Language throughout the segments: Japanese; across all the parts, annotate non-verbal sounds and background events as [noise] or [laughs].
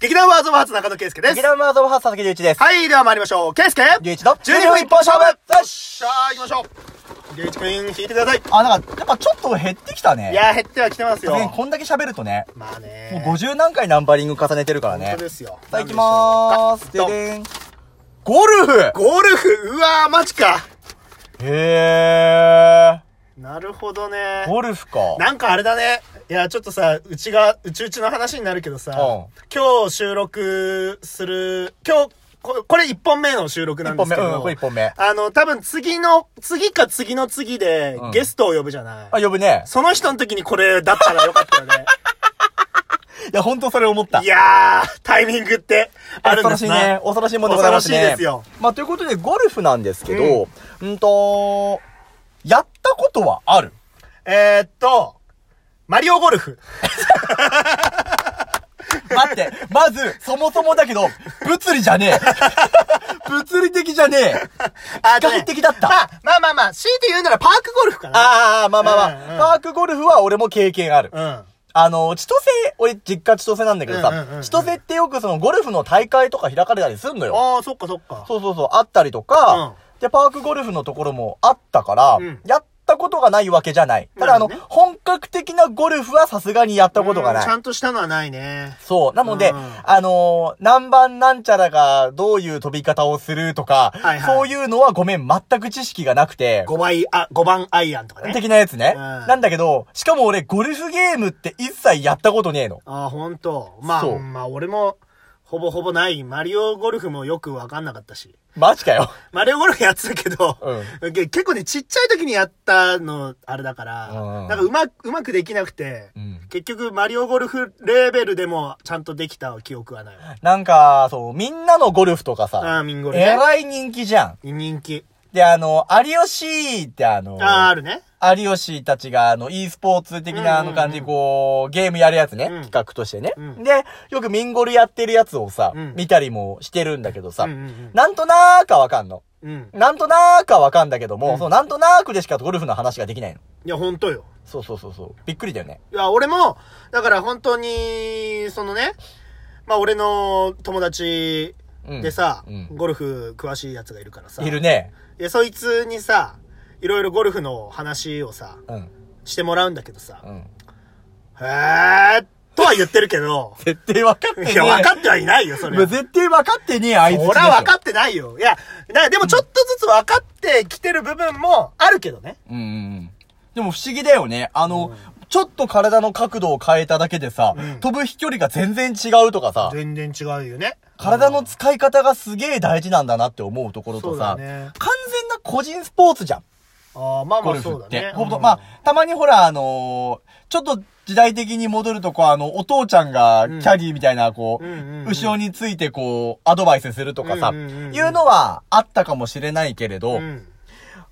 劇団ワーズオブハーツ中野圭介で劇す。団マーズオブハーツ佐々木隆一です。はい、では参りましょう。圭介隆一の12分一本勝負よよっっししゃー、行きましょう。隆一くん、引いてください。あ、なんか、やっぱちょっと減ってきたね。いやー、減ってはきてますよ。ねこんだけ喋るとね、まあねもう50何回ナンバリング重ねてるからね本当。ですよ。さあ行きまーす。でなんでしょうでん。ゴルフかゴルフ、うわー、マジか。へなるほどー。ね。ゴルフか。なんかあれだね。いや、ちょっとさ、うちが、うちうちの話になるけどさ、うん今日収録する、今日、ここれ1本目の収録なんですけ一本目ど、うんこれ一本目あの、多分次の、次か次の次でうんゲストを呼ぶじゃない、あ、呼ぶね。その人の時にこれだったらよかったよ [laughs] ね。いや、ほんとそれ思ったい。やー、タイミングってあるん恐でろすしいね。ね。恐ろしいもんでございますね。恐ろしいですよ。まあ、ということで、ゴルフなんですけど、うんと、やったことはあるえー、っと、マリオゴルフ。待って、まず、そもそもだけど、物理じゃねえ。 [laughs] 物理的じゃねえ。あ機械的だったまあ、まあまあまあ、強いて言うならパークゴルフかな。ああ、まあまあまあ、うんうんパークゴルフは俺も経験ある。うん。あの、千歳、俺実家千歳なんだけどさ、うんうんうんうん千歳ってよくそのゴルフの大会とか開かれたりすんのよ。ああ、そっかそっか。そうそうそう、あったりとか、で、パークゴルフのところもあったから、うんやったことがないわけじゃない。ただ、あの、なるほ本格的なゴルフはさすがにやったことがない。うんちゃんとしたのはないね。そう。なので、うんあのー、何番なんちゃらがどういう飛び方をするとか、はいはいそういうのはごめん、全く知識がなくて、 5倍、あ、5番アイアンとかね。的なやつね。うんなんだけど、しかも俺、ゴルフゲームって一切やったことねえの。ああ、ほんと。まあ、そうまあ、俺も、ほぼほぼない。マリオゴルフもよくわかんなかったし。マジ [laughs] かよ。マリオゴルフやってたけど、うけ結構ね、ちっちゃい時にやったの、あれだから、うんうんなんかうまく、うまくできなくて、うん結局、マリオゴルフレーベルでもちゃんとできた記憶はないわ。なんか、そう、みんなのゴルフとかあさあ、、ミンゴルえね。らい人気じゃん。人気。で、あの、有吉ってあの、ああ、あるね。有吉たちが、あの、e スポーツ的なあの感じ、うんうんうんこう、ゲームやるやつね、うん企画としてね、うんで、よくミンゴルやってるやつをさ、うん見たりもしてるんだけどさ、うんうんなんとなーかわかんの。うん。うん。なんとなーかわかんだけどうも、んそのなんとなーくでしかゴルフの話ができないの。いや、ほんとよ。そうそうそうそう。びっくりだよね。いや、俺も、だから本当に、そのね、まあ俺の友達うんでさ、うんゴルフ詳しいやつがいるからさ、いるね。でそいつにさ、いろいろゴルフの話をさ、うん。してもらうんだけどさ、うん。、へーとは言ってるけど絶対わか [laughs] ってねえ。いや、分かってはいないよ、それもう。絶対わかってねえ、あいつ。俺は分かってないよ。いや、なでもちょっとずつ分かってきてる部分もあるけどね。うんうんうん。でも不思議だよね。あの、うちょっと体の角度を変えただけでさ、うん飛ぶ飛距離が全然違うとかさ、全然違うよね。体の使い方がすげえ大事なんだなって思うところとそうださ、ね完全な個人スポーツじゃん。あーまあまゴあルフそうっだて。ね。ほんとうんまあ、たまにほら、あのーちょっと時代的に戻るとこ、あの、お父ちゃんがキうんャディーみたいな、こう、うんうんうん後ろについてこう、アドバイスするとかさ、うんうんうんうんいうのはあったかもしれないけれど、うん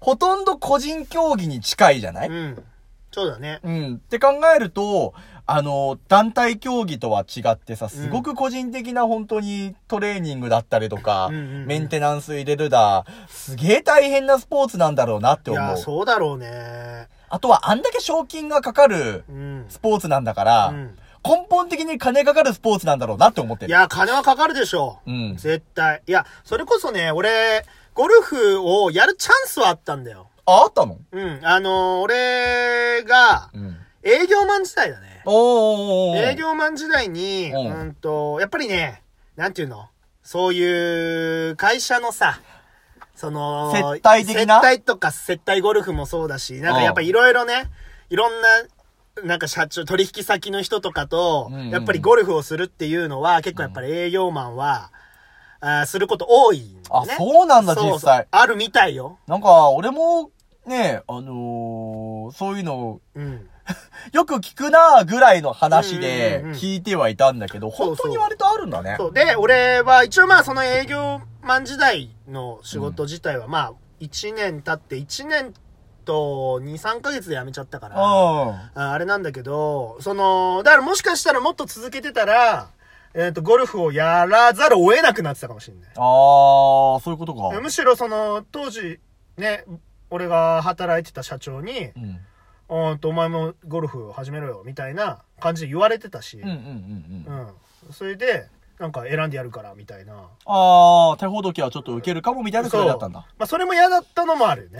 ほとんど個人競技に近いじゃない、うん。そうだね。うん。って考えると、あの、団体競技とは違ってさ、すごく個人的な本当にトレーニングだったりとか、うんうんうんメンテナンス入れるだ、すげえ大変なスポーツなんだろうなってい思や、う。そうだろうね。あとはあんだけ賞金がかかるうん。スポーツなんだから、うん根本的に金かかるスポーツなんだろうなって思っている。や、金はかかるでしょう。うん絶対。いや、それこそね、俺、ゴルフをやるチャンスはあったんだよ。あ、あったのうん。あのー俺がう、ん。営業マン時代だね。おーおーおー営業マン時代に、うんうんと、やっぱりね、なんていうのそういう会社のさ、その、接待的な接待とか接待ゴルフもそうだし、なんかやっぱいろいろね、いろんな、なんか社長、取引先の人とかと、うんうんやっぱりゴルフをするっていうのは、結構やっぱり営業マンは、あーすること多いんだあ、ね。そうなんだ、そう実際。あるみたいよ。なんか、俺も、ね、あのーそういうの、うん。よく聞くなぐらいの話でうんうんうん聞いてはいたんだけど、そうそう本当に割とあるんだね。そう。で、俺は一応まあその営業マン時代の仕事自体はまあ1年経って1年と2、3ヶ月で辞めちゃったから、あうあれなんだけど、その、だからもしかしたらもっと続けてたら、えっ、と、ゴルフをやらざるを得なくなってたかもしれない。ん。ああ、そういうことか。むしろその、当時ね、俺が働いてた社長に、うん。うんと、お前もゴルフを始めろよ、みたいな感じで言われてたし、うんうんうんうん。うん。それで、なんか選んでやるから、みたいな。ああ、手ほどきはちょっと受けるかもみたいなそ感うじだったんだ。まあ、それも嫌だったのもあるよ [laughs] ね。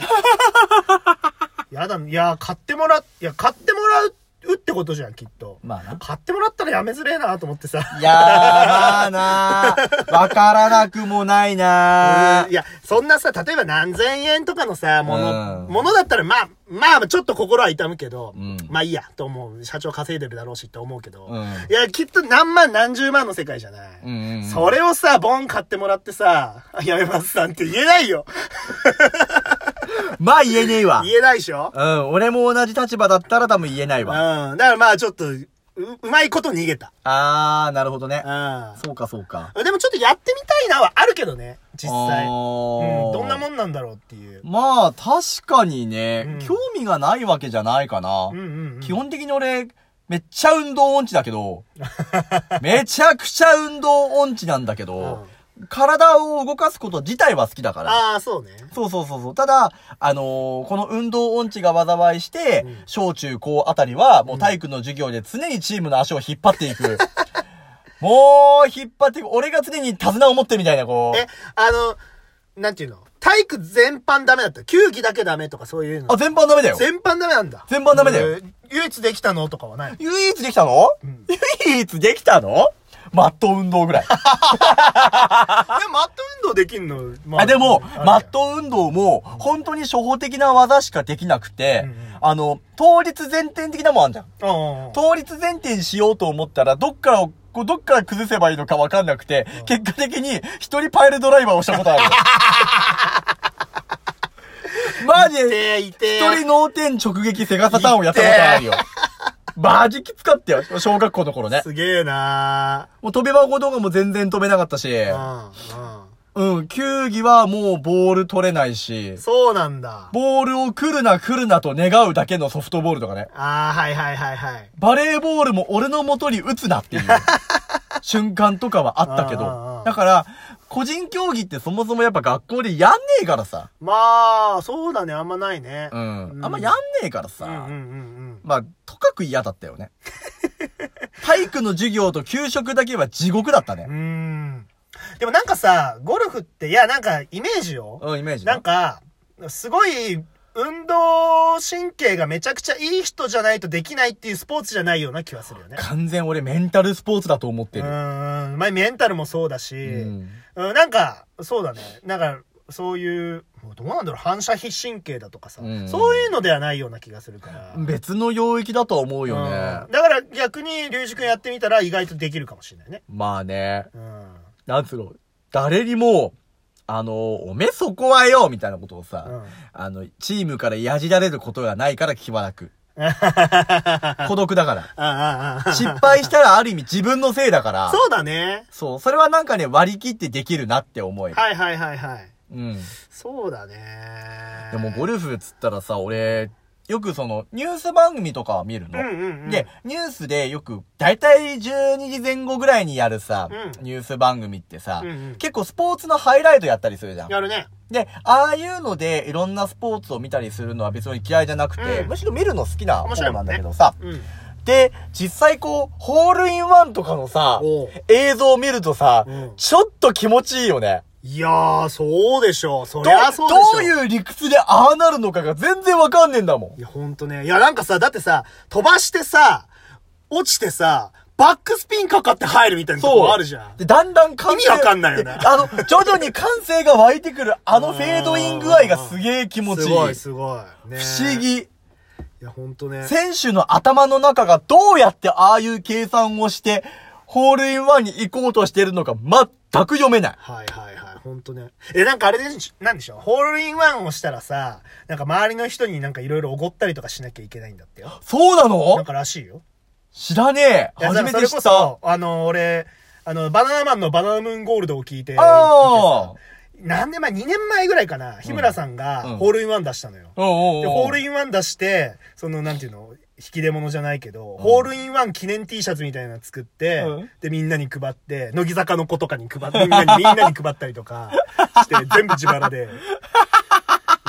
やだ、いや、買ってもら、いや、買ってもらうってことじゃん、きっと。まあな。買ってもらったらやめづれえなと思ってさ。いやー、まあなわからなくもないな [laughs] うんいや、そんなさ、例えば何千円とかのさ、もの、うんものだったら、まあ、まあ、ちょっと心は痛むけど、うんまあいいや、と思う。社長稼いでるだろうし、と思うけど、うんいや、きっと何万何十万の世界じゃない。うんうんうんそれをさ、ボン買ってもらってさ、あやめますなんて言えないよ。まあ言えねえわ。言えないでしょうん、俺も同じ立場だったら多分言えないうん。だかわ。らまあちょっと、う、うまいこと逃げた。あー、なるほどね。うそうかそうか。ん。でもちょっとやってみたいなはあるけどね、実際。あうん。ーどんなもんなんだろうっていう。まあ、確かにね、うん興味がないわけじゃないかな。うんうん、うん。基本的に俺、めっちゃ運動音痴だ [laughs] けど、めちゃくちゃ運動音痴なんだけど、体を動かすこと自体は好きだから。ああ、そうね。そうそうそうそう。ただ、あのーこの運動音痴が災いして、うん小中高あたりは、もう体育の授業で常にチームの足を引っ張ってい [laughs] く。もう、引っ張っていく。俺が常に手綱を持ってるみたいな、こう。え、あの、なんていうの体育全般ダメだった。球技だけダメとかそういうの。あ、全般ダメだよ。全般ダメなんだ。全般ダメだよえー。唯一できたのとかはない。唯一できたの、ん唯一できたのマット運動ぐらい。あ、でもマット運動できんの、まあ、でも、あれマット運動も、本当に初歩的な技しかできなくて、うんうんあの、倒立前転的なもんあんじゃん。うんうんうん倒立前転しようと思ったら、どっからを、こうどっから崩せばいいのかわかんなくて、結果的に一人パイルドライバーをした [laughs] ことある。マジ痛え、で、痛え。一人脳天直撃セガサターンをやったことあるよ。マジきつかったよ。小学校の頃ね。すげえなもう飛び箱動画も全然飛べなかったし、ーうん、ううん、球技はもうボール取れないしん。、そうなんだ。ボールを来るな来るなと願うだけのソフトボールとかね。ああ、はいはいはいはい。バレーボールも俺の元に打つなっ [laughs] ていう瞬間とかはあったけうんうんうどん。だから、個人競技ってそもそもやっぱ学校でやんねえからさ。まあ、そうだね、あんまないね。うん。うんあんまやんねえからさ。うんうんうんまあ、とかく嫌だったよね。体育の授業と給食だけは地獄だったうね。ん。うーん。でもなんかさ、ゴルフって、いや、なんかイメージよ。うん、イメージな。なんか、すごい、運動神経がめちゃくちゃいい人じゃないとできないっていうスポーツじゃないような気はするよね。完全俺メンタルスポーツだと思ってうる。ん。まあ、メンタルもそうだし、うんうん、なんか、そうだね。なんか、そういう、もうどうなんだろう、反射非神経だとかさ、うんそういうのではないような気がするから。別の領域だと思うよねうん。だから逆に、龍二君やってみたら意外とできるかもしれないね。まあね。うん。なんつうの、誰にも、あの、おめえそこはよみたいなことをさ、うんあの、チームからやじられることがないから気 [laughs] は楽。孤独だから。ああ、ああ、失敗したらある意味自分のせいだから。そうだね。そう。それはなんかね、割り切ってできるなって思える。はいはいはいはい。うん。そうだね。でもゴルルフっつったらさ、俺、よくその、ニュース番組とかは見るの。うんうんうん。で、、ニュースでよく、だいたい12時前後ぐらいにやるさ、うんニュース番組ってさ、うんうん結構スポーツのハイライトやったりするじゃん。やるね。で、ああいうので、いろんなスポーツを見たりするのは別に嫌いじゃなくて、うんむしろ見るの好きな面白い方もなんんねだけどさ。うん。で、実際こう、ホールインワンとかのさ、おう映像を見るとさ、うんちょっと気持ちいいよね。いやー、そうでしょう。そどりゃそうでしょどういう理屈でああなるのかが全然わかんねえんだもんい。や、ほんとね。いや、なんかさ、だってさ、飛ばしてさ、落ちてさ、バックスピンかかって入るみたいなとこあるじゃん。で、だんだん感意味わかんないよねあの、徐々に感性が湧いてくる、あのフェードイン具合がすげえ気持ちいい。すごい、すごい。ね不思い議。や、ほんとね。選手の頭の中がどうやってああいう計算をして、ホールインワンに行こうとしてるのか全く読めない。はいはいはい、ほんとね。え、なんかあれでし、なんでしょう。ホールインワンをしたらさ、なんか周りの人になんかいろいろおごったりとかしなきゃいけないんだってよ。そうななんのからしいよ。知らねいえ。や初めてだか知らっそれこた。そ、あの、俺、あの、バナナマンのバナナムーンゴールドを聞いて、ああ。何年前 ?2 年前ぐらいかな。日村さんうんうがんホールインワン出したのよ。おうおうでおうホールインワン出して、その、なんていうの、引き出物じゃないけど、ホールインワン記念 T シャツみたいなの作って、うんで、みんなに配って、乃木坂の子 [laughs] とかに配って、みんなに、みんなに配ったりとかして、全部自腹で。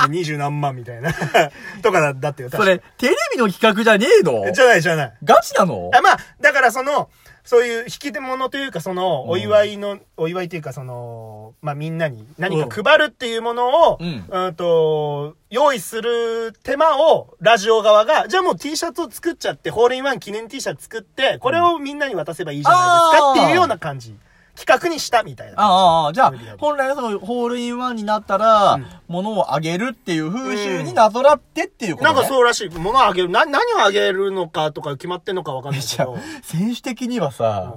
二十何万みたいな。 [laughs] とかだだってよ、そ確かれ、テレビの企画じゃねえのに。じゃないじゃない。ガチなのあまあ、だからその、そういう引き出物というか、その、お祝いの、お祝いというか、その、まあみんなに何か配るっていうものを、ううんん、と、用意する手間を、ラジオ側が、じゃあもう T シャツを作っちゃって、ホールインワン記念 T シャツ作って、これをみんなに渡せばいいじゃないですかうんっていうような感じ。企画にしたみたいな。ああああ、じゃあ無理だ、本来はその、ホールインワンになったら、ん物をあげるっていう風習になぞらってっていうこと、なね、んかそうらしい。物をあげる。な、何をあげるのかとか決まってんのかわかんないけ [laughs] じゃあど。選手的にはさ、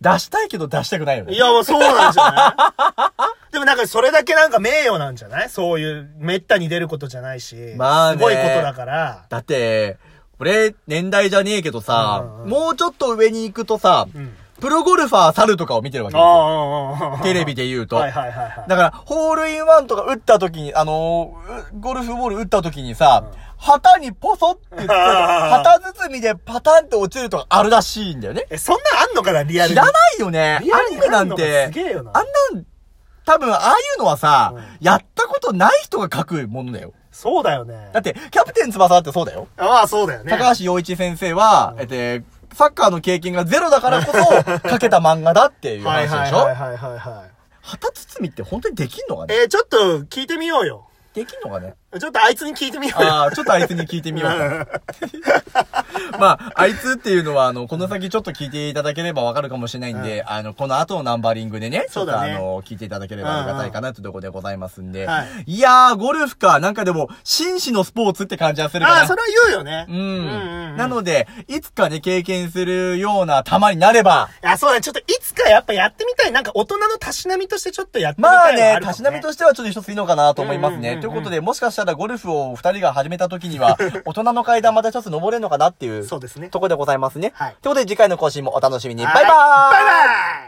出したいけど出したくないよね。いや、もうそうなんじゃない [laughs] でもなんかそれだけなんか名誉なんじゃないそういう、めったに出ることじゃないし。まあねすごいことだから。だって、俺、年代じゃねえけどさ、うんうんうんもうちょっと上に行くとさ、うん。プロゴルファー猿とかを見てるわけあですよ。あああ、ああテレビで言うと。はいはいはいはい。だから、ホールインワンとか打った時に、あのーうゴルフボール打った時にさ、旗にポソって言 [laughs] って、あー旗包みでパタンって落ちるとかあるらしいんだよね。え、そんなんあんのかなリアル知に。らないよね。アリアルニにメなあんんのがてす、げえよなあんなん、多分、ああいうのはさ、うんやったことない人が書くものだよ。そうだよね。だって、キャプテン翼だってそうだよ。ああ、そうだよね。高橋洋一先生は、えっとえー、サッカーの経験がゼロだから [laughs] こそ、書けた漫画だっていうはい話はでいしょはいはいはいはい。旗包みって本当にできんのかねえー、ちょっと聞いてみようよ。できんのかねちょっとあいつに聞いてみようよ。ああ、ちょっとあいつに聞いてみようか。 [laughs] [laughs] まあ、あいつっていうのは、あの、この先ちょっと聞いていただければわかるかもしれないんで、あの、この後のナンバリングでね、ちょそっうとだあねの、聞いていただければありがたいかなってとこでございますんでは。いやー、ゴルフか。なんかでも、紳士のスポーツって感じはするかあな。あ、それは言うよね。うん。うんうんなので、いつかね、経験するような玉になれば、あ、そうだね。ちょっといつかやっぱやってみたい。なんか大人のたしなみとしてちょっとやってみたいまあのはねる、かもたしなみとしてはちょっと一ついいのかなと思いますうんうんうんね。うんということで、もしかしたらゴルフを二人が始めた時 [laughs] には、大人の階段また一つ登れるのかなっていう、そうですねとこでございますね。はいということで、次回の更新もお楽しみに。バイバーイバイバイ